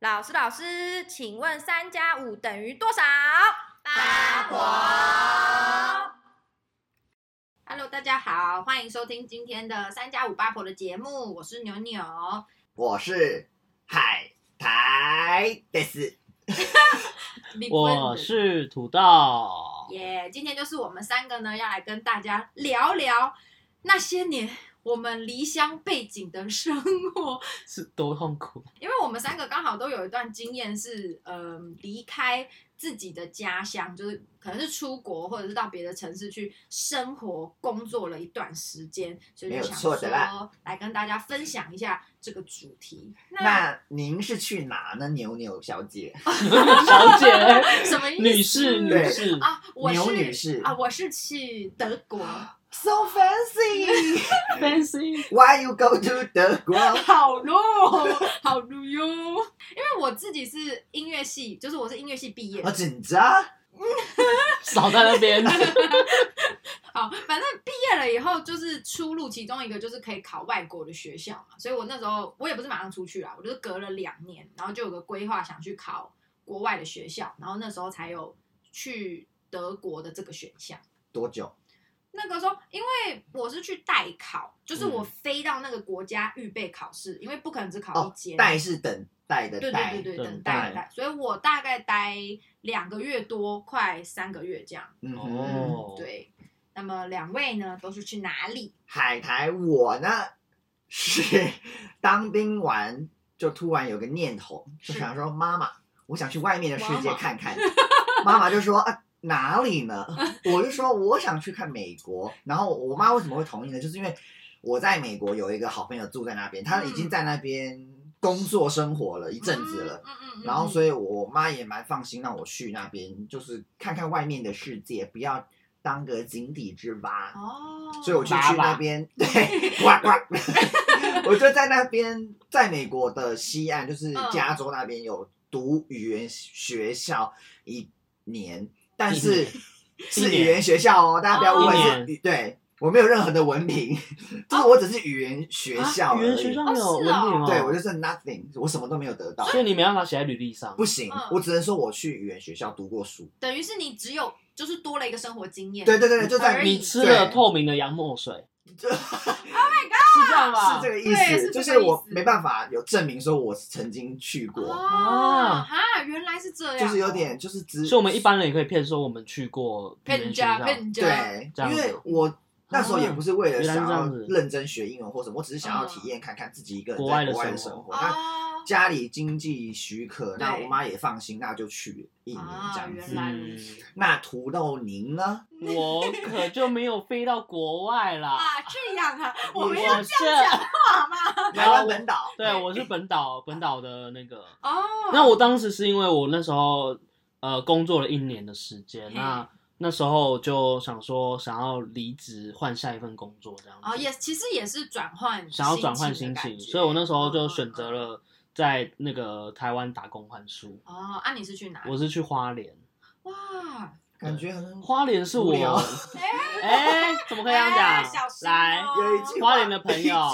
老师，老师，请问三加五等于多少？八婆。 Hello，大家好，欢迎收听今天的三加五八婆的节目，我是牛牛。我是海苔的斯，我是土豆，耶今天就是我们三个呢，要来跟大家聊聊那些年我们离乡背景的生活。是多痛苦。 因为我们三个刚好都有一段经验是，嗯、离开自己的家乡，就是可能是出国或者是到别的城市去生活、工作了一段时间，所以就没有想错的啦说来跟大家分享一下这个主题。那您是去哪呢，牛牛小姐？小 姐，什么意思？女士，女对士，啊，我牛是女士啊，我是去德国， So fancy! fancy， Why you go to 德国？好咯，好 咯哟。因为我自己是音乐系，就是我是音乐系毕业的我，紧张。 少在那边。好，反正毕业了以后，就是出路其中一个就是可以考外国的学校嘛，所以我那时候我也不是马上出去啦，我就是隔了两年，然后就有个规划想去考国外的学校，然后那时候才有去德国的这个选项。多久？那个时候，因为我是去代考，就是我嗯飞到那个国家预备考试，因为不可能只考一哦间，，待是等待的对待。对对对，等等待待等待，所以我大概待两个月多，快三个月这样。嗯哼，哦，，对，那么两位呢都是去哪里？海苔我呢是当兵完就突然有个念头，就是想说妈妈，我想去外面的世界妈妈 看看。妈妈就说啊。哪里呢？我就说我想去看美国，然后我妈为什么会同意呢？就是因为我在美国有一个好朋友住在那边，他已嗯经在那边工作生活了一一阵子了，，嗯嗯嗯嗯然后所以我妈也蛮放心让我去那边，就是看看外面的世界，不要当个井底之蛙。哦，所以我就爸去爸那边，对，呱呱， 我就在那边，在美国的西岸，就是嗯加州那边有读语言学校一年，但是是语言学校哦，大家不要误会哦是，对我没有任何的文凭，就是我只是语言 学校啊语而言学已，校有哦文是哦凭哦，对我就是 nothing，我什么都没有得到，所以你没办法写在履历上不。行嗯，我只能说我去语言学校读过书，等于是你只有就是多了一个生活经验，对对对，就在嗯而你已吃了透明的洋墨水，是 Oh 这样吧是这？个意对是这思，个就是我意思没办法有证明说我曾经去过，哦啊哈，原来是这样，就是有点就是只所以我们一般人也可以骗说我们去过语被言人学家校被，人家，对，这因样子为我那时候啊也不是为了原来是想这要样子认真学英文或什么，我只是想要体验看看自己一个人国在外的国外的生生活。那哦，家里经济许可，那对我妈也放心，那就去一年啊这样原来子。嗯，那土豆 您呢？我可就没有飞到国外啦。啊，这样啊， 嗯我我们要是讲话吗？台湾本岛对，我是本岛本岛的那个。 哦，那我当时是因为我那时候呃工作了一年的时间嘿，那那时候就想说想要离职换下一份工作这样子，哦也其实也是转换，想要转换心情，所以我那时候就选择了。嗯嗯了在那个台湾打工换书。哦，啊，你是去哪？我是去花莲，哇，感觉很花莲是无我 聊，哎、怎么可以这样 哎讲？小心哦来，有 一句话花莲的朋友，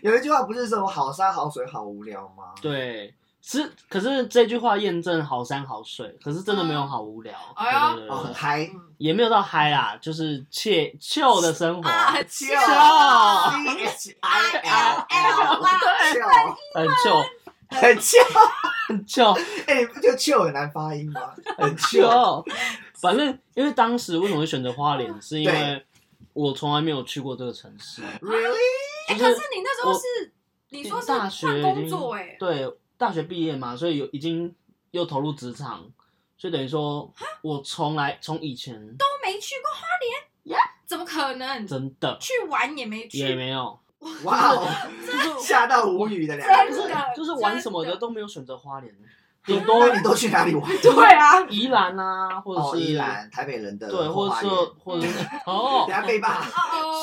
有一句话不是什么好山好水好无聊吗？对，是，可是这句话验证好山好水，可是真的没有好无聊，哎呦对对对哦，对很嗨，嗯也没有到嗨啦，就是切 chill 的生活，啊， chill 笑 C H I L L， L 哇， chill，很 chill，很 chill，很 chill，哎，你不觉得 chill 很难发音 吗？很很 chill， chill。反正因为当时为什么会选择花莲，是因为我从来没有去过这个城市， Really？哎，就可是是你那时候我是你说是大学换已工经作哎，对大学毕业嘛，所以有已经又投入职场，所以等于说我从来从以前都没去过花莲怎么可能？真的 去玩也没去，也没有，哇哦，就是吓到无语的两个真人。的就是玩什么真的的都没有选择 花莲，顶多那你都去哪里玩？对啊，宜兰啊，或哦，者依是然台北人的对，后或者花是园或者 是哦等。下被骂。哦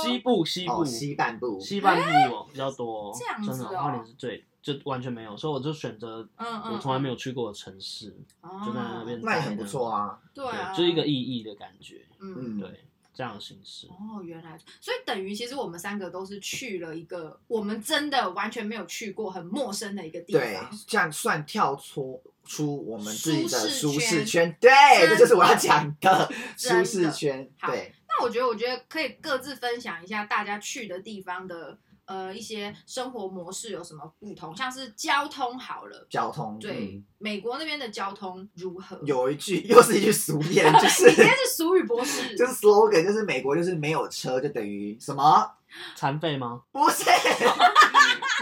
西哦，部西部、哦，西半部，西半部哦比较多哦，哎这样子真的哦花莲是最就完全没有，所以我就选择嗯嗯，我从来没有，有去过的城市，就就在那边那也很不错啊。哦对啊，对，就一个意义的感觉，嗯，嗯，对，这样的形式。哦，原来，所以等于其实我们三个都是去了一个我们真的完全没有去过、很陌生的一个地对方。，这样算跳出出我们自己的舒舒适圈适圈，对，真的这就是我要讲的真舒的适圈。好对，那我觉得，我觉得可以各自分享一下大家去的地方的呃一些生活模式有什么不同，像是交通好了，交通，对，美国那边的交通如何？嗯，有一句又是一句俗谚，就你今天是 是俗语博士，就是 slogan，就是美国就是没有车就等于什么？残废吗？不 是，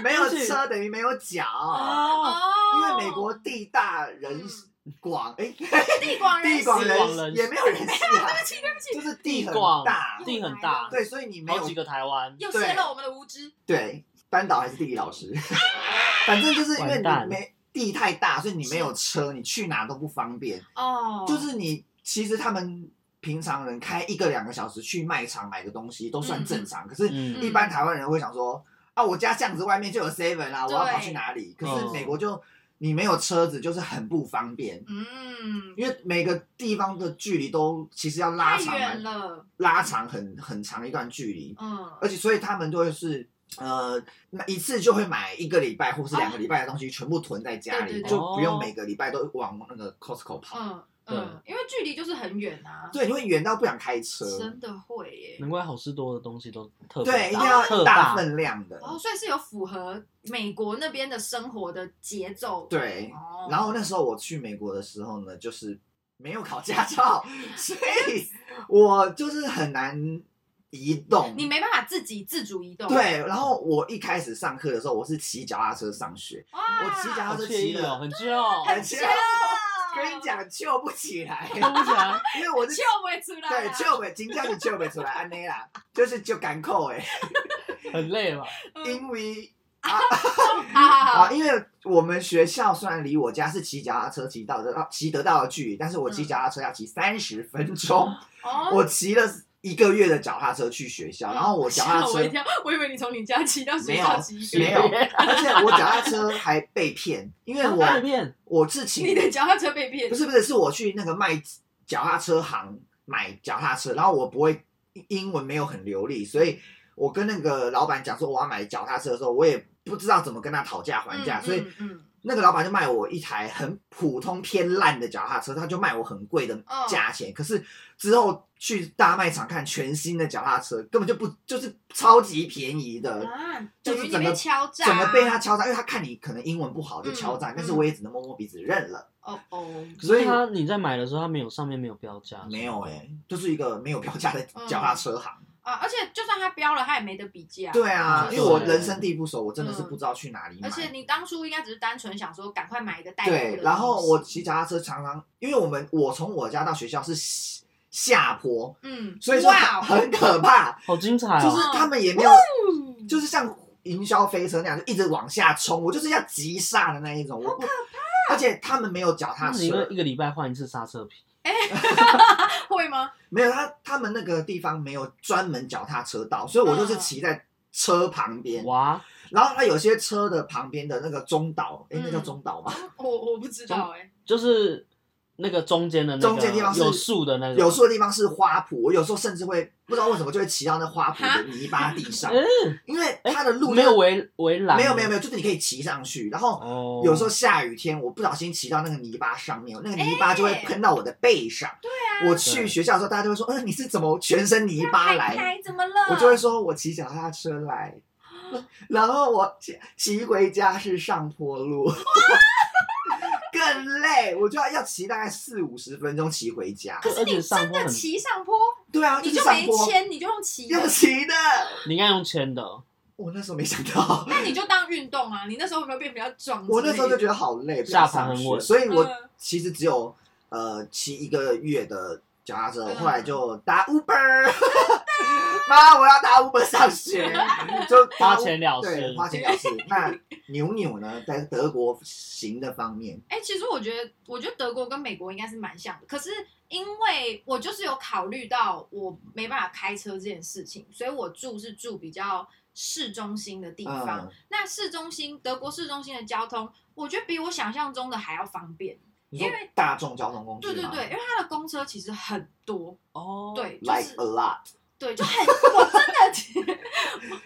没有就是车等于没有脚，哦，哦，嗯因为美国地大人广，哎，地广人地稀，广地广人人也没有人稀啊， 对不起，对不起，就是地地很广大，地很大，对，所以你没好有几个台湾。又泄露我们的无知。对，班导还是地理老师， 反正就是因为完你蛋没地太大，所以你没有车，你去哪都不方便。哦，就是你其实他们平常人开一个两个小时去卖场买个东西都算正常，可是嗯一般台湾人会想说啊，我家巷子外面就有 seven 啦、我对要跑去哪里？可是嗯美国就你没有车子，就是很不方便。嗯，因为每个地方的距离都其实要拉太长远蛮，了，拉长很很长一段距离。嗯，而且所以他们都会是呃买一次就会买一个礼拜或是两个礼拜的东西，全部囤在家里，对对对就不用哦每个礼拜都往那个 Costco 跑。嗯嗯，因为距离就是很远啊，对，你会远到不想开车，真的会耶。难怪好事多的东西都特别对，一定大要特大大分量的，哦，所以是有符合美国那边的生活的节奏。，对。哦，然后那时候我去美国的时候呢，就是没有考 驾照，所以我就是很难移动。你没办法自己自主移动。，对，然后我一开始上课的时候，我是骑脚踏车上学，哇，哦我骑脚好踏车惬骑意哦，了，很旧，很久，跟你，讲，救不起 来，看不起来。因为我是就不会出来啊。对，救袂，真正是救袂出来，安尼啦，就是就艰苦诶，很累吧？嗯因为好好啊，好，因为我们学校虽然离我家是骑脚踏车骑到的，骑得到的距离，但是我骑脚踏车要骑三十分钟，哦，我骑了一个月的脚踏车去学校，啊然后我脚踏吓车我一跳，我以为你从你家骑到学没有校骑一个月 没有，而且我脚踏车还被骗，因为哦我外面我是骑你的脚踏车被骗不。是不是，是我去那个卖脚踏车行买脚踏车，然后我不会英文没有很流利，所以我跟那个老板讲说我要买脚踏车的时候，我也不知道怎么跟他讨价还价，嗯所以嗯嗯，那个老板就卖我一台很普通偏烂的脚踏车，他就卖我很贵的嗯哦价钱。可是之后去大卖场看全新的脚踏车，根本就不就是超级便宜的。啊，就等于是你整个被敲诈啊，整个被他敲诈，因为他看你可能英文不好就敲诈，嗯但是我也只能摸摸鼻子认了。哦哦，可所以是他你在买的时候，他没有上面没有标价，没有哎、就是一个没有标价的嗯脚踏车行。啊，而且就算他标了，他也没得比价。对啊，就因是为我人生地不熟，我真的是不知道去哪里嗯买。而且你当初应该只是单纯想说，赶快买一个代步的东对西。，然后我骑脚踏车常常，因为我们我从我家到学校是下下坡，嗯，所以说哇哦，很可怕，好精彩就哦！是他们也没有，就是像云霄飞车那样，就一直往下冲，我就是要急刹的那一种，我不，而且他们没有脚踏他一车个，一个礼拜换一次刹车皮，会吗？没有他他们那个地方没有专门脚踏车道，所以我就是嗯骑在车旁边，哇，然后它有些车的旁边的那个中岛，哎、嗯那叫中岛吗？我我不知道哎，就是那个中间的那个中间地方是有树的那个，有树的地方是花圃，我有时候甚至会不知道为什么就会骑到那花圃的泥巴地上，嗯，因为它的路没有就是围围栏，没有没有没有，就是你可以骑上去，然后。哦，有时候下雨天，我不小心骑到那个泥巴上面，那个泥巴就会哎喷到我的背上。对啊，我去学校的时候，大家就会说：“嗯、你是怎么全身泥巴来？”开怎么了？我就会说我骑脚踏车来，然后我骑骑回家是上坡路， 更累，我就要要骑大概四五十分钟骑回家。就而且上真坡的很，骑上坡，对啊，你是就上没坡，签，你就用骑的用，骑的。你应该用牵的，我那时候没想到，那你就当运动啊。你那时候有没有变比较壮之类我的？那时候就觉得好累，不下想盘上很学，稳所以我嗯其实只有呃骑一个月的脚踏车，嗯后来就搭 Uber。妈，我要搭 Uber 上学，就搭花钱了对，事，花钱了事。那牛牛呢，在德国行的方面，哎、其实我觉得，我觉得德国跟美国应该是蛮像的。可是因为我就是有考虑到我没办法开车这件事情，所以我住是住比较市中心的地方。嗯，那市中心，德国市中心的交通，我觉得比我想象中的还要方便。你说因为大众交通工具对对吗对，因为它的公车其实很多，哦，对，就，like 是 a lot。对，就很，我真的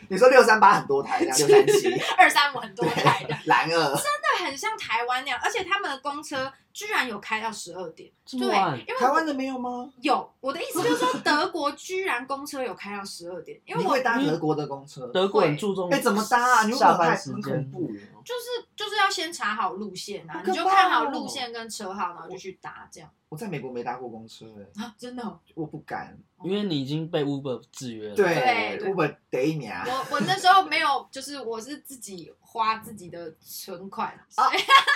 你说六三八很多台，这样六三 七，二三五很多台的，对，蓝二，真的很像台湾那样，而且他们的公车居然有开到十二点，这对，么晚，因为台湾的没有吗？有我的意思就是说，德国居然公车有开到十二点，因为你我嗯会搭德国的公车？德国很注重哎，怎么搭啊？你会不下会班太时很恐间怖？就是就是要先查好路线啊好，可你就怕看好哦路线跟车号，然后就去搭这样我在美国没搭过公车，哎啊，真的哦、我不敢。因为你已经被 Uber 制约了。对对我本得一年啊，我我那时候没有，就是我是自己花自己的存款，啊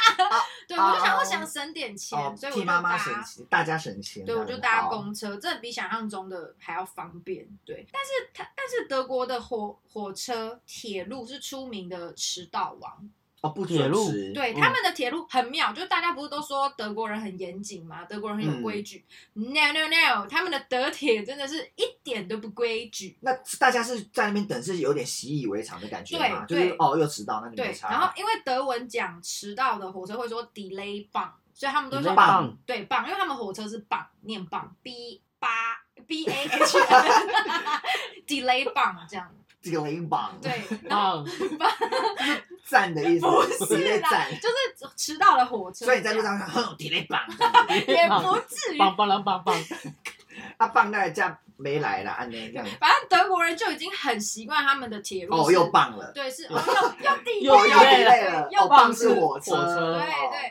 对，我就想啊我想省点钱，哦所以我替就妈妈搭省钱，大家省钱。对，我这就样搭好公车，真的比想象中的还要方便。对，但是它但是德国的火火车、铁路是出名的迟到王。哦，不铁准路时。对，嗯他们的铁路很妙，就是大家不是都说德国人很严谨嘛，德国人很有嗯规矩。No no no，他们的德铁真的是一点都不规矩。那大家是在那边等，是有点习以为常的感觉嘛？就对是对哦，又迟到，那就没对，差。然后因为德文讲迟到的火车会说 delay 棒，所以他们都你说在棒棒，对棒，因为他们火车是棒，念棒 b 八 b a h delay 棒这样。这个零榜， 对，然后棒，赞的意思，不直是接啦赞，。就是迟到了火车，所以你在路上看，哼，铁雷棒， 这样子也不至于。棒棒棒棒棒，啊棒那家没来啦，安内这样，反正德国人就已经很习惯他们的铁路哦是又棒了，对， 是哦又又地又哦又又又铁 delay 雷了，又哦棒地是火车，火车对哦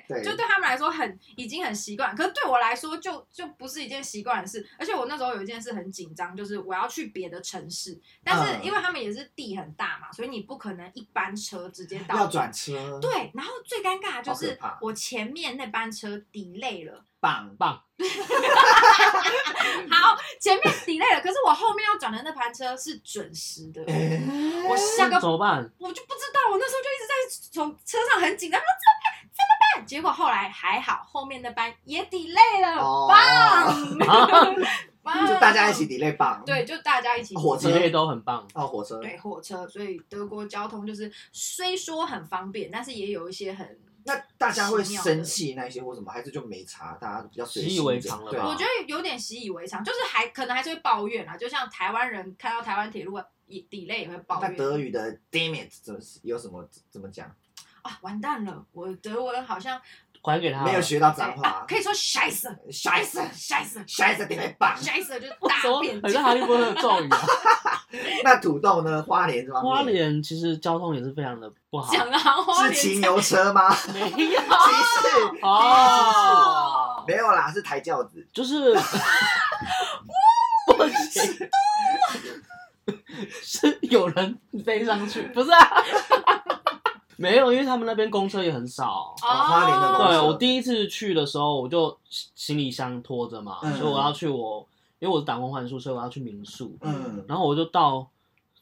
对，对，就对他们来说很已经很习惯，可是对我来说就就不是一件习惯的事。而且我那时候有一件事很紧张，就是我要去别的城市，但是嗯因为他们也是地很大嘛，所以你不可能一班车直接到。要转车，对，然后最尴尬的就好是可怕我前面那班车 delay 了，棒棒，嗯好，前面 delay 了，可是我后面要转的那班车是准时 的。哎 我下个嗯怎 么办？我就不知道，我那时候就一直在从车上很紧张，说怎么办？怎么办？结果后来还好，后面那班也 delay 了，哦 啊棒！棒就大家一起 delay 棒，哦对，，就大家一起火之车类都很棒。哦火车，对火车，所以德国交通就是虽说很方便，但是也有一些很。那大家会奇妙的生气那一些或什么，还是就没查，大家比较随习以性为一点常了对啊吧我觉得有点习以为常，就是还可能还是会抱怨啦，啊就像台湾人看到台湾铁路也 delay 也会抱那怨。德语的 damn it 怎么有什么怎么讲？啊，完蛋了，我德文好像还给他了，没有学到哎脏啊话，可以说 scheiße scheiße scheiße scheiße delay 棒。 scheiße 就是我怎大么便很像哈利波特的咒 语啊？那土豆呢？花莲这方面，花莲其实交通也是非常的不好，讲的好花是莲骑牛车吗？骑没有士哦，没有啦，是抬轿子。就是 不行，是有人飞上 去，不是啊？没有，因为他们那边公车也很少。哦花莲的公车对我第一次去的时候，我就行行李箱拖着嘛，嗯所以我要去我，因为我是打工换宿，所以我要去民宿。嗯，然后我就到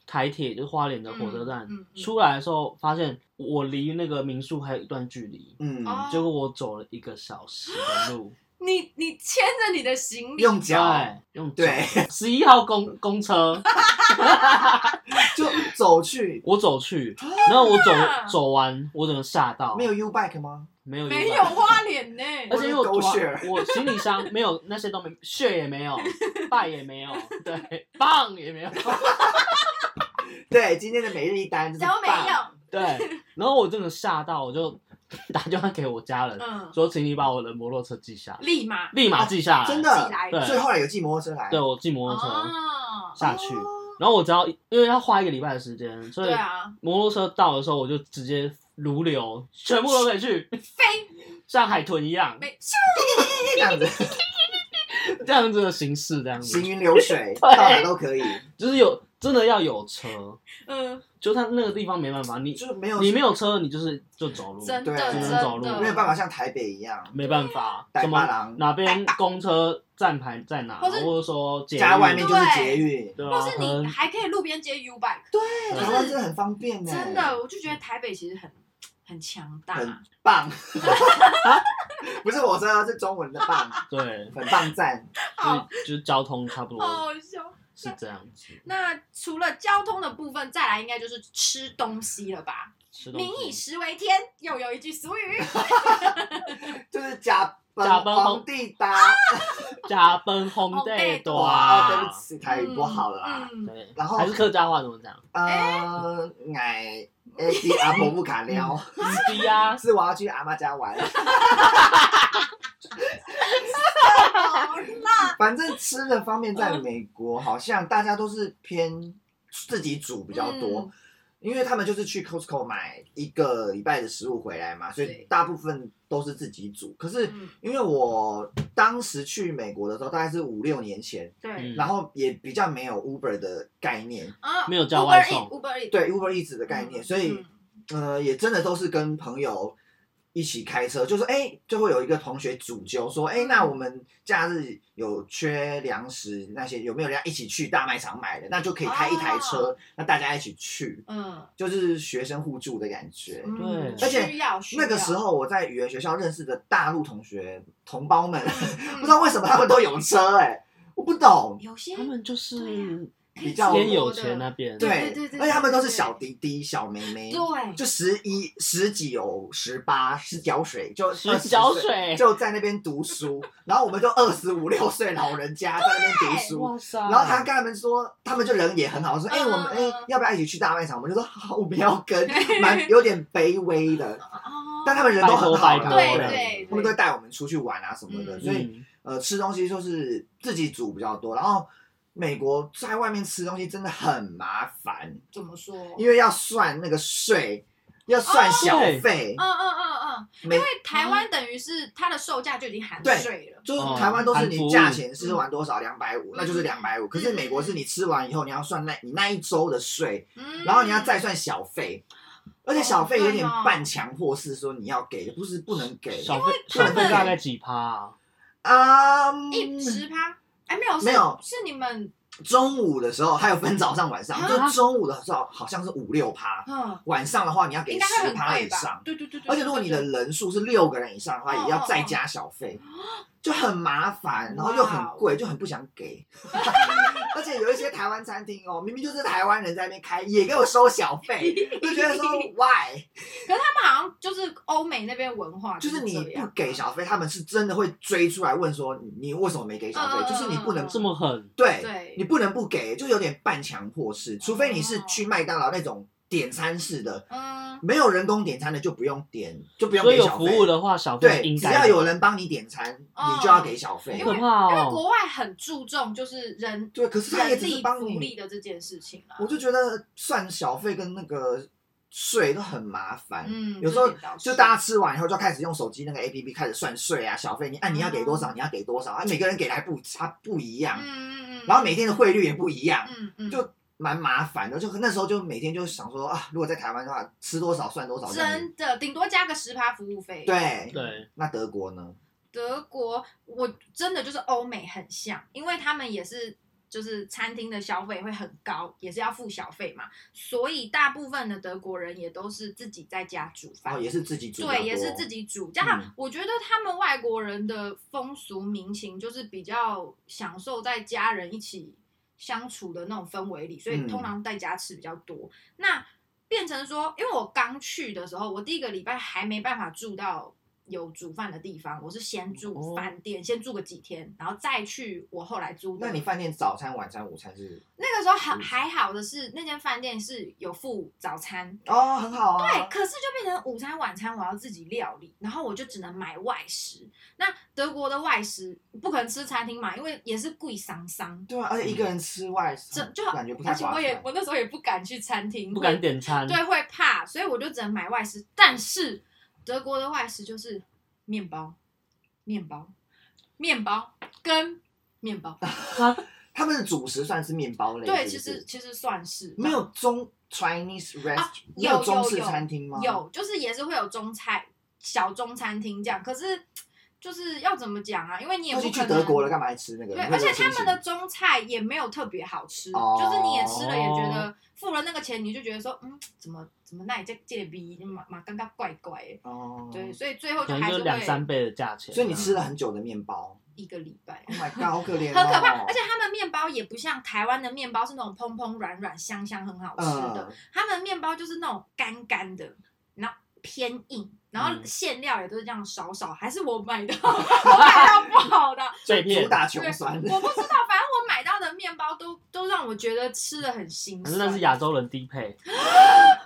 台铁，就是花莲的火车站，嗯嗯嗯出来的时候发现我离那个民宿还有一段距离，嗯，哦结果我走了一个小时的路，你你牵着你的行李，用脚对，用对十一号公 公车，就走去，我走去，然后我走啊走完，我整个吓到，没有 U bike 吗？没有没一有半花脸呢、而且因为我狗突血然我行李箱没有那些都没，血也 没有，拜也没有，对，棒也没有，对，今天的每日一单就是然后没棒，有，对，然后我真的吓到，我就 打电话给我家人，嗯，说请你把我的摩托车记下来，立马哦立马记下来，啊真起的。来，对所以后来有骑摩托车来，对我记摩托车哦，下去哦，然后我只要因为要花一个礼拜的时间，所以对啊，摩托车到的时候我就直接如流，全部都可以去，飞像海豚一样，没这样子这样子的形式，这样子行云流水，到哪都可以，就是有真的要有车，嗯，就他那个地方没办法，你就是没有你没有车，你就是就走路，真对的只真能走路的没有办法像台北一样，没办法，带什巴么郎，哪边公车站牌在哪，或或是者说捷运家外面就是捷运，对啊，或是你很还可以路边接 U bike，对，就是台湾真的很方便欸呢，真的，我就觉得台北其实很很强大，很棒， 不是火车，是中文的棒，对，很棒赞。好就是就是交通差不好多好笑。是这样子。那除了交通的部分，再来应该就是吃东西了吧？吃东民以西食为天，又有一句俗语。就是假假本崩皇帝答，假奔红对队多哇，哇哦对不起，台语不好了啦。嗯，对，然后还是客家话怎么讲？呃，哎，哎，阿婆不卡撩，对呀、是我要去阿妈家玩。好啦，反正吃的方面，嗯在美国好像大家都是偏自己煮比较多，嗯因为他们就是去 Costco 买一个礼拜的食物回来嘛，所以对大部分都是自己煮。可是嗯因为我当时去美国的时候，大概是五六年前，对，嗯然后也比较没有 Uber 的概念，啊，没有叫外送 Uber Eats，Uber Eats，对 Uber 一直的概念，嗯所以、呃也真的都是跟朋友一起开车，就是哎、就会有一个同学主揪说，哎、嗯那我们假日有缺粮食那些有没有人要一起去大卖场买的，那就可以开一啊台车，那大家一起去，嗯，就是学生互助的感觉。嗯啊对而且需要需要那个时候我在语言学校认识的大陆同学同胞们， 嗯不知道为什么他们都有车、哎，我不懂。有些他们就是对呀比较偏有钱那边，对对对对而且他们都是对小弟弟、小妹妹，对，就十一、十九、十八、十脚水，就十20岁脚水就在那边读书，然后我们就二十五六岁老人家在那边读书。哇塞，然后他跟他们说，他们就人也很好，说：“哎、我们哎、嗯嗯嗯要不要一起去大卖场？”我们就说：“好，我们要 跟，蛮有点卑微的。哦”但他们人都很好啦，拜托拜托对对对他们都会带我们出去玩啊什么的，嗯所以嗯呃，吃东西就是自己煮比较多。然后美国在外面吃东西真的很麻烦，怎么说？因为要算那个税，要算小费，嗯嗯嗯嗯，每因为台湾等于是它的售价就已经含对税了，就是哦台湾都是含服你务价钱吃完多少两百五，那就是两百五。可是嗯美国是你吃完以后你要算那你那一周的税，嗯，然后你要再算小费，而且小费有点哦对哦半强迫式，说你要给，不是不能给。小费他小们费大概几趴啊？啊，一十趴，嗯哎，没有没有是是你们，中午的时候还有分早上晚上，啊就中午的时候好像是五六趴，嗯，晚上的话你要给应该会十很趴以贵吧上？，对对对对，而且如果你的人数是六个人以上的话，哦也要再加小费，就很麻烦，然哇后哦又很贵，就很不想给。 而且有一些台湾餐厅哦，明明就是台湾人在那边开，也给我收小费，就觉得说 why？他们好像就是欧美那边文化就是这你不样啊给小费，他们是真的会追出来问说你你为什么没给小嗯嗯费？嗯就是你不能嗯这么狠，对，对，你不能不给，就有点半强迫式，除非你哦是去麦当劳那种点餐式的。嗯没有人工点餐的就不用点，就不用所以给有小服费。务的话，小费对，应只该要有人帮你点餐，哦你就要给小费好因。可为怕因为哦。国外很注重就是人对，可是他也人只是力帮福你利，的这件事情啦我，就觉得算小费跟那个税都很麻烦。嗯，有时候这点倒就是大家吃完以后就开始用手机那个 A P P 开始算税啊、小费，你按你要给多少，你要给多少，啊，每个人给的还不差不一样嗯，嗯嗯，然后每天的汇率也不一样，嗯嗯就蛮麻烦的。就那时候就每天就想说啊，如果在台湾的话，吃多少算多少这样子。真的顶多加个十趴服务费，对，对，那德国呢？德国，我真的就是欧美很像，因为他们也是就是餐厅的消费会很高，也是要付小费嘛，所以大部分的德国人也都是自己在家煮然饭。哦后也是自己煮比较多，对，也是自己煮。加上、嗯我觉得他们外国人的风俗民情就是比较享受在家人一起相处的那种氛围里，所以嗯通常在家吃比较多。那变成说，因为我刚去的时候，我第一个礼拜还没办法住到有煮饭的地方，我是嗯先住哦饭店，先住个几天，然后再去我后来租的。那你饭店早餐、晚餐、午餐是那个时候还嗯还好的是，那间饭店是有付早餐，哦，很好啊。哎对，可是就变成午餐、晚餐我要自己料理，然后我就只能买外食。那德国的外食不可能吃餐厅嘛，因为也是贵桑桑，对啊，而且一个人吃外食，这就嗯感觉不太而且划我算。也我那时候也不敢去餐厅，不敢会点餐，对，会怕，所以我就只能买外食。但是德国的外食就是面包、面包、面包跟面包，他们的主食算是面包类，对，其是不实是其实算是没有中 Chinese rest，、啊没有中有式有餐厅吗？，有，就是也是会有中菜、小中餐厅这样，可是就是要怎么讲啊？因为你也都不已经可去能德国了，干嘛还吃那个？对，你会而且有这他个心们情的中菜也没有特别好吃，哦就是你也吃了也觉得付了那个钱，你就觉得说，嗯，怎么怎么那你这这逼嘛嘛刚刚怪怪的，哦，对，，所以最后可就能还就是两会三倍的价钱。所以你吃了很久的面包一个礼拜。 ，Oh my god，好可怜、很哦，可怕，而且他们面包也不像台湾的面包是那种蓬蓬软软、呃香香很好吃的，嗯，他们面包就是那种干干的，然后偏硬，然后嗯馅料也都是这样少少，还是我 买到我买到不好的，碎主片，打对穷酸的。我不知道，反正我买到的面包都都让我觉得吃的很心可酸。是那是亚洲人低配，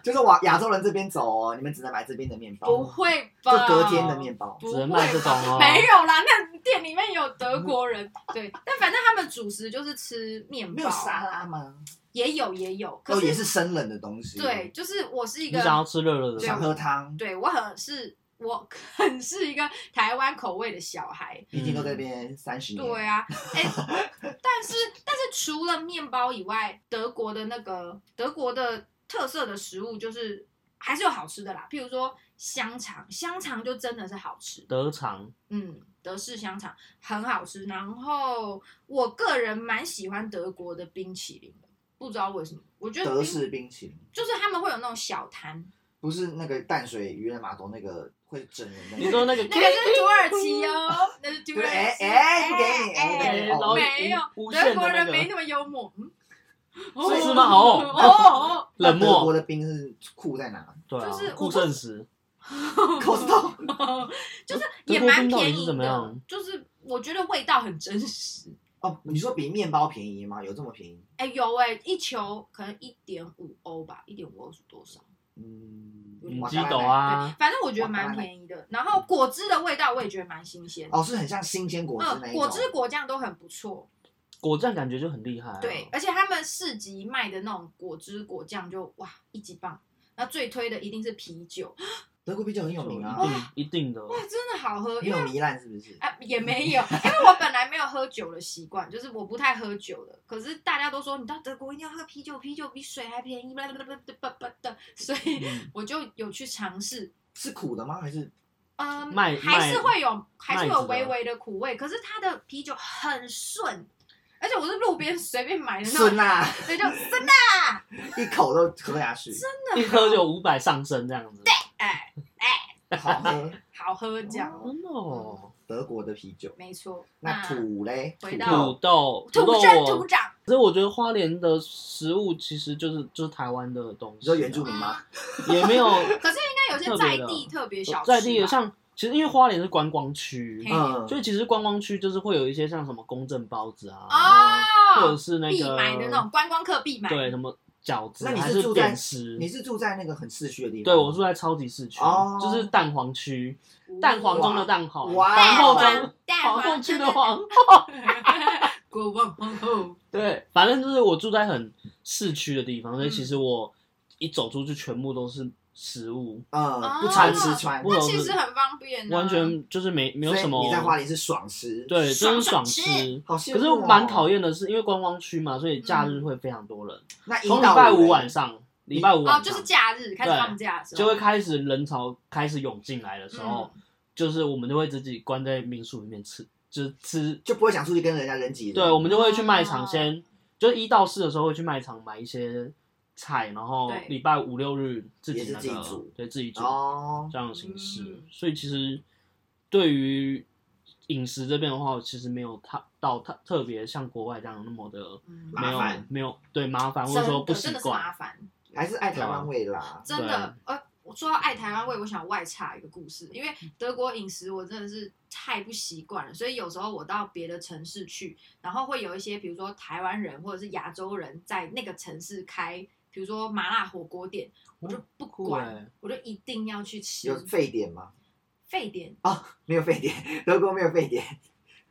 就是往亚洲人这边走哦，你们只能买这边的面包，不会就吧？隔天的面包。不只能会卖这种吧哦嗯没有啦，那店里面有德国人，对，但反正他们主食就是吃面没包有，沙拉吗？也有也有，可哦，是也是生冷的东西。对，，就是我是一你想要个，吃热热的对想吗，喝汤，对我很是，我很是一个台湾口味的小孩。一定都嗯在这边三十年。对啊，哎、但是但是除了面包以外，德国的那个德国的特色的食物就是还是有好吃的啦，譬如说香肠，香肠就真的是好吃，德肠，嗯，德式香肠很好吃。然后我个人蛮喜欢德国的冰淇淋的，不知道为什么，我觉得德冰式冰淇淋就是他们会有那种小摊，不是那个淡水渔人码头那个会整人的那个。你说那个那个是土耳其 哦，那是土耳哎其，哎，不给你，哎哎，不给你哎然后哦没有无无德限国的那人没个那么幽默，嗯，所 以是吗哦哦哦，冷那德国漠，的冰是酷在 哪？对啊就是，顾正时，口知道。哦 就是也蛮便宜德国冰到底是怎么的样，就是我觉得味道很真实。哦，你说比面包便宜吗？有这么便宜？哎、有哎、一球可能一点五欧吧，一点五欧是多少？嗯嗯你瓦鸡格纳斗奶啊对，，反正我觉得蛮便宜的。然后果汁的味道我也觉得蛮新鲜的，哦，是很像新鲜果汁那嗯，一种。果汁果酱都很不错。果酱感觉就很厉害啊，对，而且他们市集卖的那种果汁果酱就哇一级棒。那最推的一定是啤酒，嗯德国啤酒很有就名啊，一定一定的，哦哇，真的好喝，你因有为。糜烂是不是？啊，也没 有，因为我本来没有喝酒的习惯，就是我不太喝酒的。可是大家都说你到德国一定要喝啤酒，啤酒比水还便宜，巴拉巴拉巴拉巴拉的，所以嗯我就有去尝试，是苦的吗？还是嗯，麦还是麦会有，还是麦有子微的微的苦味，可是它的啤酒很顺，而且我是路边随便买的那顺种，啊？对，就真的啊 一口都喝下去， 一喝就五百上升这样子，哎好喝。好喝这样，真的嗯哦，德国的啤酒，没错。那土嘞？回到土豆，土豆生我土长，可是我觉得花莲的食物其实就是就是台湾的东西啊，你说原住民吗？ 也没有可是应该有些特在别的地特别 小吃吧，在地的，像其实因为花莲是观光区嘿，嗯，所以其实观光区就是会有一些像什么公正包子啊，或者哦，是那必个买的那种观光客必买，对什么饺子那你还是住在点食你。是住在那个很市区的地方？对，我住在超级市区哦，就是蛋黄区，哦蛋黄中的蛋黄，哇皇后蛋中黄蛋皇后黄区真的的 皇，国王哦皇后，对，反正就是我住在很市区的地方，所以嗯其实我一走出去全部都是食物，嗯，不哦穿吃穿，不那能其实很方便啊，完全就是没没有所以什么你在花莲是爽吃，，对，爽就是爽吃吃。好羡可慕是哦。嗯蛮讨厌的是，因为观光区嘛，所以假日会非常多人。那从一礼到拜五五嘞晚上，礼拜五哦，晚就是上假日开始放假的时候哦就会开始人潮开始涌进来的时候，嗯就是我们就会自己关在民宿里面吃，就是吃。就不会想出去跟人家人挤人。对，我们就会去卖哦场先，就是一到四的时候会去卖场买一些菜，然后对礼拜五六日自也己是那自己个煮对自己煮哦，这样的形式嗯。所以其实对于饮食这边的话，我其实没有它到它特别像国外这样那么的嗯麻没有烦没有对麻烦，或真者的说不习真的是麻惯。烦，还是爱台啊湾味啦。真的。呃，我说到爱台湾味，我想外插一个故事，因为德国饮食我真的是太不习惯了，所以有时候我到别的城市去，然后会有一些比如说台湾人或者是亚洲人在那个城市开，比如说麻辣火锅店，我就不管，对，我就一定要去吃有。沸点吗？沸点没有沸点，德国没有沸点，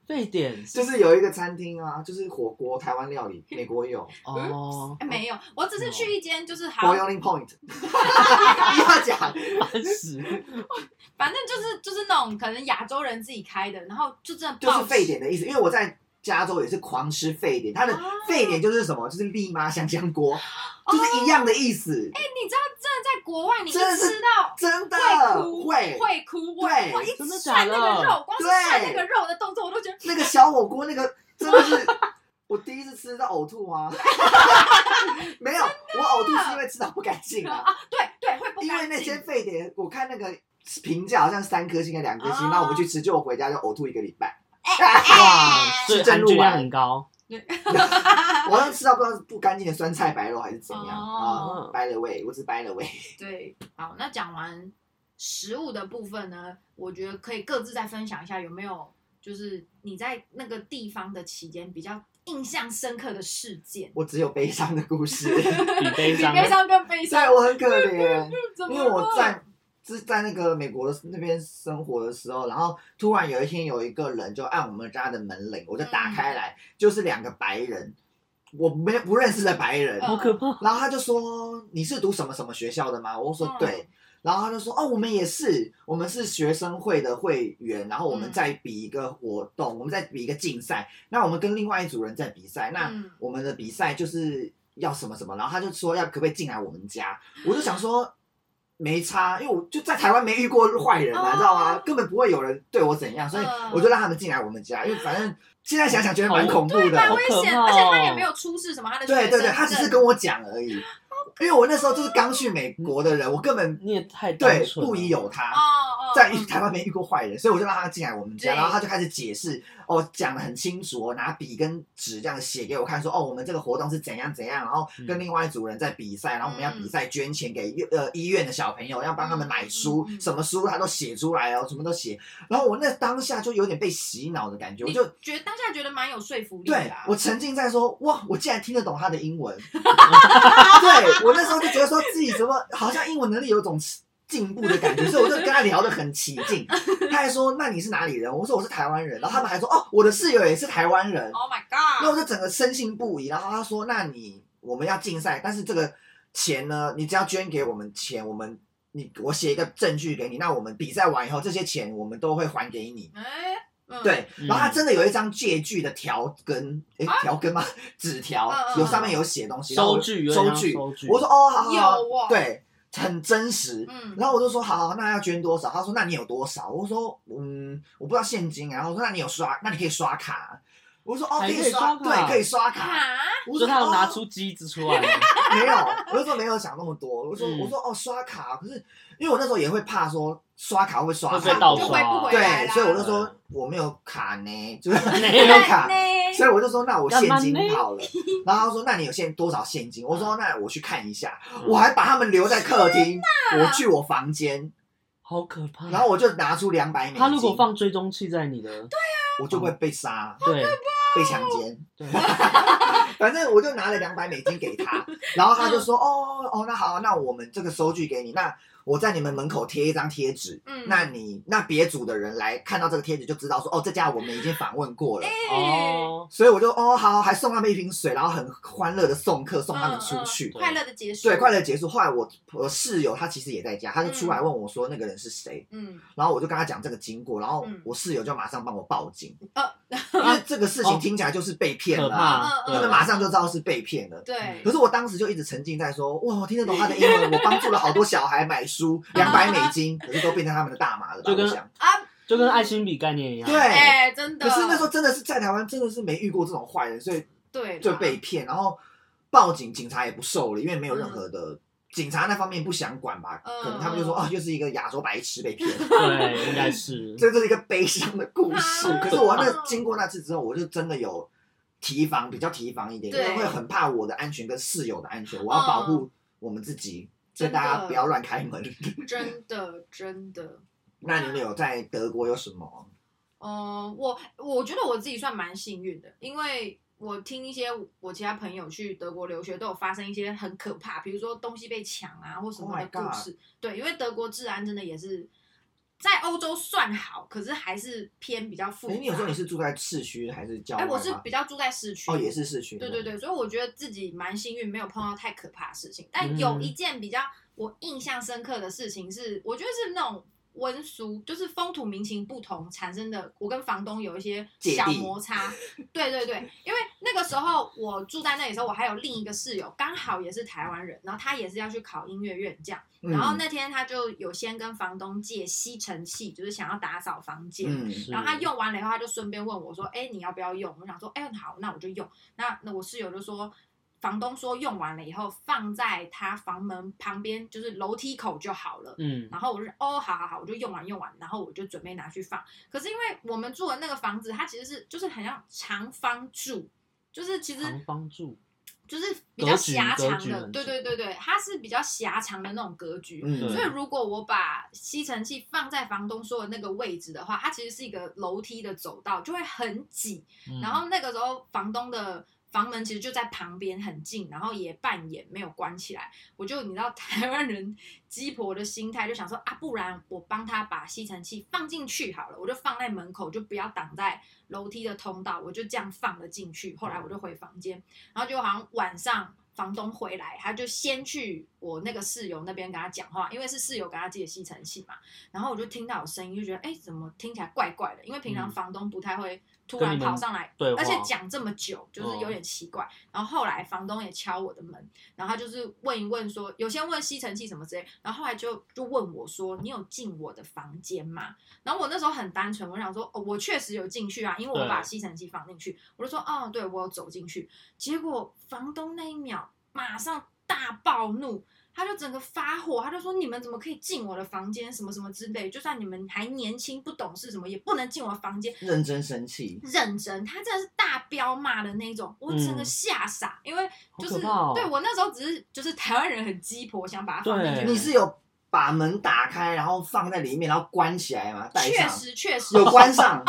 沸点就是有一个餐厅啊，就是火锅台湾料理，美国有哦， 哎没有，我只是去一间就是 好， Boiling Point，不要讲，烦死！反正就是就是那种可能亚洲人自己开的，然后就真的就爆哎是沸吃点的意思。因为我在加州也是狂吃沸点，它的啊沸点就是什么，就是丽妈香香锅，哦就是一样的意思，你知道，真的在国外，你一真的是吃到真的会哭，会会哭，我对我一真的涮那假个的肉，光是涮那个肉的动作，我都觉得那个小火锅，那个真的是我第一次吃到呕吐啊！ 没有，我呕吐是因为吃到不干净啊，啊，对对，会 不因为干那些净。沸点，我看那个评价好像三颗星跟两颗星，哦那、我们去吃，就我回家就呕吐一个礼拜，哎哇，所以是正含路菌量丸很高。我好像吃到不知道是不干净的酸菜白肉还是怎样啊、哦 b y the way，我只是 by the way，对，好，那讲完食物的部分呢，我觉得可以各自再分享一下有没有，就是你在那个地方的期间比较印象深刻的事件。我只有悲伤的 故事，比悲比伤悲伤更悲所以伤，我很可怜。怎么因为我了在是在那个美国那边生活的时候，然后突然有一天有一个人就按我们家的门铃，我就嗯打开来，就是两个白人，我没不认识的白人，嗯好可怕。然后他就说你是读什么什么学校的吗？我说嗯对。然后他就说：“哦，我们也是，我们是学生会的会员，然后我们嗯再比一个活动，我们再比一个竞赛。那我们跟另外一组人在比赛，那嗯我们的比赛就是要什么什么。”然后他就说：“要可不可以进来我们家？”我就想说，没差，因为我就在台湾没遇过坏人啊，哦你知道吗？根本不会有人对我怎样，所以嗯哦我就让他们进来我们家，因为反正现在想想觉得蛮好恐怖的，蛮好危可险，怕而且他也哦没有出示什么他的对学对对，生他只是证跟我讲而已，因为我那时候就是刚去美国的人，我根本你也太单对纯了不疑有哦他。哦，在嗯台湾没遇过坏人，所以我就让他进来我们家，对然后他就开始解释，哦，讲的很清楚哦，拿笔跟纸这样写给我看，说，哦，我们这个活动是怎样怎样，然后跟嗯另外一组人在比赛，然后我们要比赛捐钱给呃医院的小朋友，要帮他们买书嗯嗯嗯嗯，什么书他都写出来哦，什么都写。然后我那当下就有点被洗脑的感觉，我你就觉得当下觉得蛮有说服力对的啊，我沉浸在说哇，我竟然听得懂他的英文。 对我那时候就觉得说自己怎么好像英文能力有种进步的感觉，所以我就跟他聊得很起劲。他还说那你是哪里人？我说我是台湾人。然后他们还说哦，我的室友也是台湾人。 Oh my 那我 god！就整个深信不疑。然后他说那你我们要竞赛，但是这个钱呢，你只要捐给我们钱，我们。你我写一个证据给你，那我们比赛完以后，这些钱我们都会还给你。哎，嗯，对，嗯然后他真的有一张借据的条根，诶，条根吗？ 纸条啊嗯嗯有上面有写东西，然后收我据，有点收像据。收据。我说哦，好好好，有哦，，对，很真实。嗯，然后我就说好好，那要捐多少？他说那你有多少？我说嗯，我不知道现金啊。然后我说那你有刷，那你可以刷卡。我说哦，还可可以刷，刷卡对，可以刷卡。啊，我就说他有哦拿出机子出来， 没有，我就说没有想那么多。我说嗯我说哦，刷卡，可是因为我那时候也会怕说刷卡会不会刷会被卡盗就刷回不回来哎对，啦所以我就说我没有卡呢，就是 没没有有卡呢。，所以我就说，那我现干嘛金呢好了。然后他说，那你有现多少现金？我说，嗯那我去看一下。我还把他们留在客厅，我去我房间，好可嗯怕。然后我就拿出两百美金。他如果，放追踪器在你的，我就会被杀、对啊被强奸。对，反正我就拿了两百美金给 他，然后嗯他就说，哦哦，那好，那我们这个收据给你，那我在你们门口贴一张贴纸。嗯，那你那别组的人来看到这个贴纸就知道说哦，这家我们已经访问过了，哎，哦，所以我就哦好，还送他们一瓶水，然后很欢乐的送客送他们出去，哎快乐的结束，对，嗯快乐结束。后来我我室友他其实也在家，他就出来问我说那个人是谁，嗯，然后我就跟他讲这个经过，然后嗯我室友就马上帮我报警，呃，因为这个事情听起来就是被骗可了啊，怕，嗯他嗯们嗯对马上就知道是被骗了。对可，是我当时就一直沉浸在说，哇，我听得懂他的英文，我帮助了好多小孩买 书，两百美金，可是都变成他们的大麻了吧？就跟我想啊，就跟爱心笔概念一样，对哎，真的，可是那时候真的是在台湾，真的是没遇过这种坏人，所以对啦就被骗，然后报警，警察也不受理，因为没有任何的、警察那方面不想管吧，嗯可能他们就说哦，又是一个亚洲白痴被骗，对，应 该是这就是一个悲伤的故事。啊可是我那经过那次之后，我就真的有提防，比较提防一点，因对嗯为会很怕我的安全跟室友的安全，我要保护我们自己，所以真的大家不要乱开门。 真的真的。那你们有在德国有什么？嗯，我我觉得我自己算蛮幸运的，因为我听一些我其他朋友去德国留学，都有发生一些很可怕，比如说东西被抢啊或什么的 Oh 故 my 事。对，因为德国治安真的也是在欧洲算好，可是还是偏比较复哎，杂。你有说你是住在市区还是郊哎、外吗？我是比较住在市区，哦，也是市区。对对对，所以我觉得自己蛮幸运，没有碰到太可怕的事情。但有一件比较我印象深刻的事情是，我觉得是那种温俗，就是风土民情不同产生的。我跟房东有一些小摩擦，对对对，因为那个时候我住在那里的时候，我还有另一个室友，刚好也是台湾人，然后他也是要去考音乐院这样。嗯，然后那天他就有先跟房东借吸尘器，就是想要打扫房间。嗯，是然后他用完了以后，他就顺便问我说：“哎、你要不要用？”我想说：“哎、好，那我就用。那”那我室友就说，房东说用完了以后放在他房门旁边，就是楼梯口就好了。嗯，然后我就哦，好好好，我就用完用完，然后我就准备拿去放。可是因为我们住的那个房子，它其实是就是很像长方柱，就是其实长方柱，就是比较格局狭格长局的，很对小对对对，它是比较狭长的那种格局。嗯，对所以如果我把吸尘器放在房东说的那个位置的话，它其实是一个楼梯的走道，就会很挤。嗯然后那个时候房东的房门其实就在旁边很近，然后也半掩没有关起来。我就你知道台湾人鸡婆的心态，就想说啊，不然我帮他把吸尘器放进去好了，我就放在门口，就不要挡在楼梯的通道，我就这样放了进去。后来我就回房间，然后就好像晚上。房东回来，他就先去我那个室友那边跟他讲话，因为是室友跟他借吸尘器嘛。然后我就听到有声音，就觉得哎、怎么听起来怪怪的？因为平常嗯房东不太会突跟然你跑们上来对话而且讲这么久，就是有嗯点奇怪。然后后来房东也敲我的门，然后他就是问一问说，有先问吸尘器什么之类，然后后来就就问我说，你有进我的房间吗？然后我那时候很单纯，我想说，哦，我确实有进去啊，因为我对把吸尘器放进去，我就说，哦，对我有走进去。结果房东那一秒马上大暴怒。他就整个发火，他就说：“你们怎么可以进我的房间？什么什么之类，就算你们还年轻不懂事，什么也不能进我的房间。”认真生气，认真，他真的是大彪骂的那种，我整个嗯吓傻，因为就是、好可怕哦对我那时候只是就是台湾人很鸡婆，想把它放进对去，你是有把门打开，然后放在里面，然后关起来吗？带确上，实确实有 关上，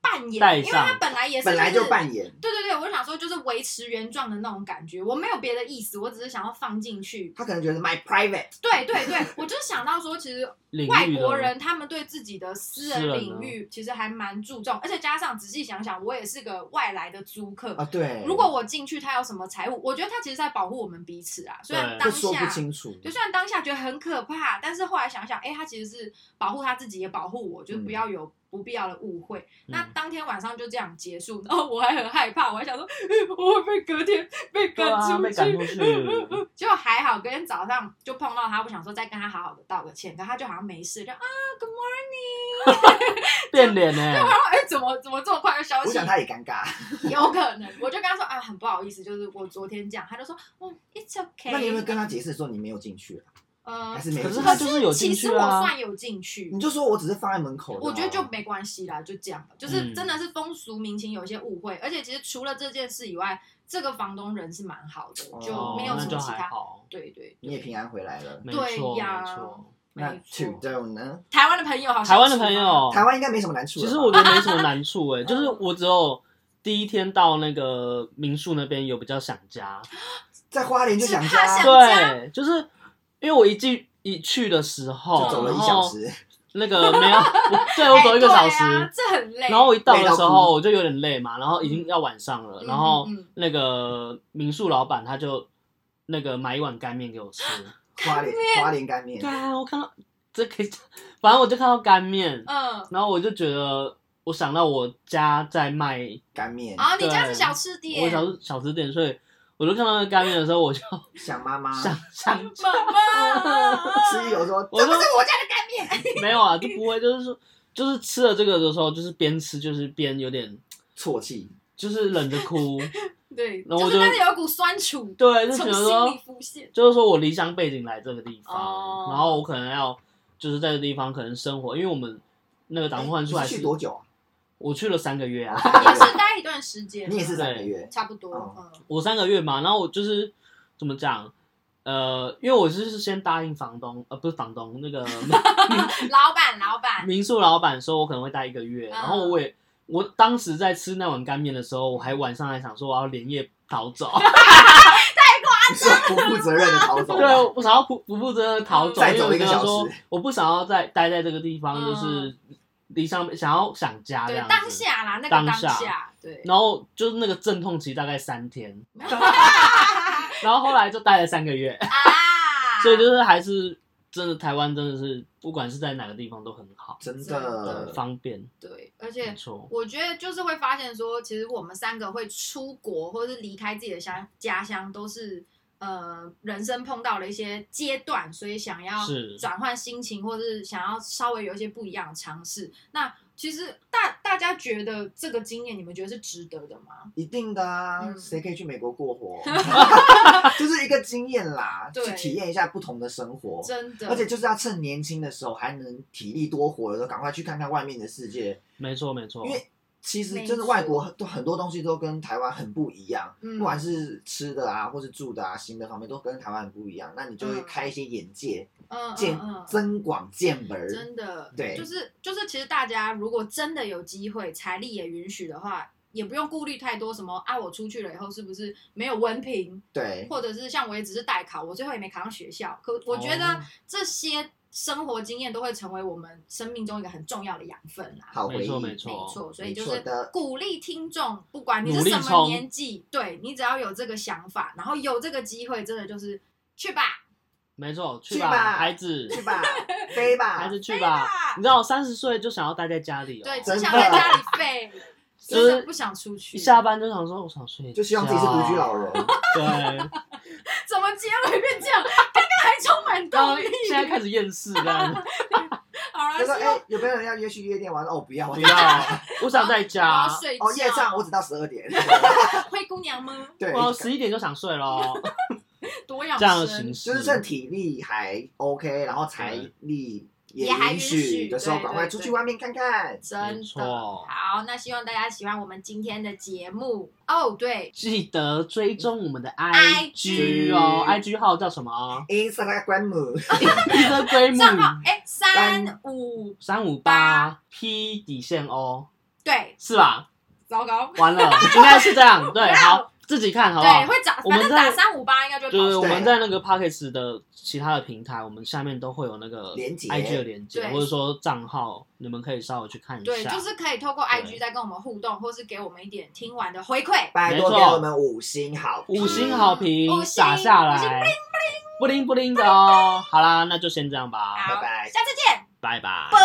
扮演，戴因为上他本来也是、本来就就是扮演。对对对，我想说就是维持原状的那种感觉，我没有别的意思，我只是想要放进去。他可能觉得 my private，对对对，我就想到说，其实领域外的国人他们对自己的私私人人领呢域其实还蛮注重，而且加上仔细想想，我也是个外来的租客，啊，对，如果我进去，他有什么财务？我觉得他其实在保护我们彼此啊。虽然对当这说下不，清楚，就虽然当下觉得很可怕，但是后来想想，哎、他其实是保护他自己，也保护我，就是嗯不要有不必要的误会。嗯那当天晚上就这样结束，然后我还很害怕，我还想说， 呃我会被隔天被赶对啊出被赶出去 结果还好，隔天早上就碰到他，我想说再跟他好好的道个歉，可他就好像没事，就啊，Good morning，变脸呢、然后哎、怎么怎么这么快就消我息想他也尴尬。有可能，我就跟他说啊，很不好意思，就是我昨天这样，他就说，嗯，it's okay。那你有没有跟他解释说你没有进去啊？呃还，是没有进可是去？他就是有其进实去我啊，算有进去你，就说我只是放在门口的啊，我觉得就没关系啦，就这样吧。就是嗯真的是风俗民情有一些误会，而且其实除了这件事以外，这个房东人是蛮好的，就啊哦没有那什么就其还他。好，对对，你也平安回来了。没对错呀没错。那没错哦 to。do 呢？台湾的朋友好像啊台湾的朋友，台湾应该没什么难处了其吧。实我觉得没什么难处哎、就是我只有第一天到那个民宿那边有比较想家，在花莲就想只怕家，想家对，就是因为我一进一去的时候，就走了一然小后时，哦那个 没有，我对我走一个哎小对时，啊这很累。然后我一到的时累到候哭我就有点累嘛，然后已经要晚上了，嗯然后嗯嗯那个民宿老板他就那个买一碗干面给我 吃，花莲花莲干面对，啊，我看到这可以， 反正我就看到干面，嗯，然后我就觉得我想到我家在卖，干面啊，你家是对小吃店，我小时小吃店，所以我就看到那干面的时候，我就 想妈妈，想想妈妈 吃有说我这不说是我家的干面，没有啊，就不会，就是说就是吃了这个的时候，就是边吃就是边有点啜泣，就是忍着哭，对，然后就我是就但是有一股酸楚对，就觉从得心里说。浮现。就是说我离乡背景来这个地方，哦然后我可能要就是在这个地方可能生活，因为我们那个打哎工换宿还哎你是是去多久啊？我去了三个月啊，也是待一段时间，你也是三个月，差不多，哦嗯，我三个月嘛，然后我就是怎么讲，呃，因为我是先答应房东，呃，不是房东，那个嗯老板，老板，民宿老板说我可能会待一个月，嗯然后我也我当时在吃那碗干面的时候，我还晚上还想说我要连夜逃走， 你是不负责任的逃走吗，啊啊对，我想要不不负责任地逃走，再因为走我一个觉得小时说我不想要再待在这个地方，嗯就是离乡想要想家这对样，当子。下啦，那个当当下下，对，然后就是那个阵痛期大概三 天，然后后来就待了三个月，啊，所以就是还是真的台湾真的是不管是在哪个地方都很好，真真的的方便，对，而没且。错，我觉得就是会发现说，其实我们三个会出国或是离开自己的乡家乡，都是呃人生碰到了一些阶段，所以想要是转换心情，或是想要稍微有一些不一样的尝试。那其实大大家觉得这个经验，你们觉得是值得的吗？一定的啊，嗯谁可以去美国过活？ 就是一个经验啦，对去体验一下不同的生活。真的，而且就是要趁年轻的时候还能体力多活的时候，赶快去看看外面的世界，没错没错因，为其实没真的错外国很都很多东西都跟台湾很不一样，嗯不管是吃的啊，或是住的啊，行的方面都跟台湾很不一样。那你就会嗯开一些眼界，嗯见嗯嗯，增广见闻。真的，对就是就是，其实大家如果真的有机会，财力也允许的话，也不用顾虑太多什么啊，我出去了以后是不是没有文凭，对，或者是像我也只是代考，我最后也没考上学校。可我觉哦得这些生活经验都会成为我们生命中一个很重要的养分啦。好回没错忆没。错，没错，所以就没是错的鼓励听众，不管你努是力什么冲年纪，对你只要有这个想法，然后有这个机会，真的就是去吧，没错，去去吧，吧孩子，去吧， 飞吧孩，子去飞吧吧。你知道我三十岁就想要待在家里哦，哎对，真只的想在家里废， 就真是的不想出去。一下班就想说我想睡觉，就希望自己是独居老人。 对，怎么结尾变这样？刚 刚还充满然后动力。现在开始厌世这样， 好了，就说 希哎、望有没有人要约去夜店玩？哦，不要，我不要，我想在我要家，睡 哦，夜觉。唱我只到十二点。 灰姑娘吗？对，我十一点就想睡咯。多养这样的生形。就式是趁体力还 OK，然后财力也也还允允许许的时候，对赶快对出去对外面看看。真没的错好，那希望大家喜欢我们今天的节目哦。对，记得嗯追踪我们的 IG IG 哦 ，IG 号叫什么啊 Instagram，账号？Instagram 哎三五三五八 P 底线 O 对，是吧？糟糕，完了，应该是这样。 对，不要好，自己看好不对好？会找，我反们正打在三五八应该就会就是跑我出来们在那个 p o c k e t 的其他的平台，我们下面都会有那个连结 IG 的连接，对或者说账号，你们可以稍微去看一对，下。就是可以透过 IG 再跟我们互动，或是给我们一点听完的回馈。拜托没给错我们五星好评，五星好评嗯五星打下五星来，不灵不灵的哦。好啦，那就先这样吧，好，拜拜下次见，拜拜。啵。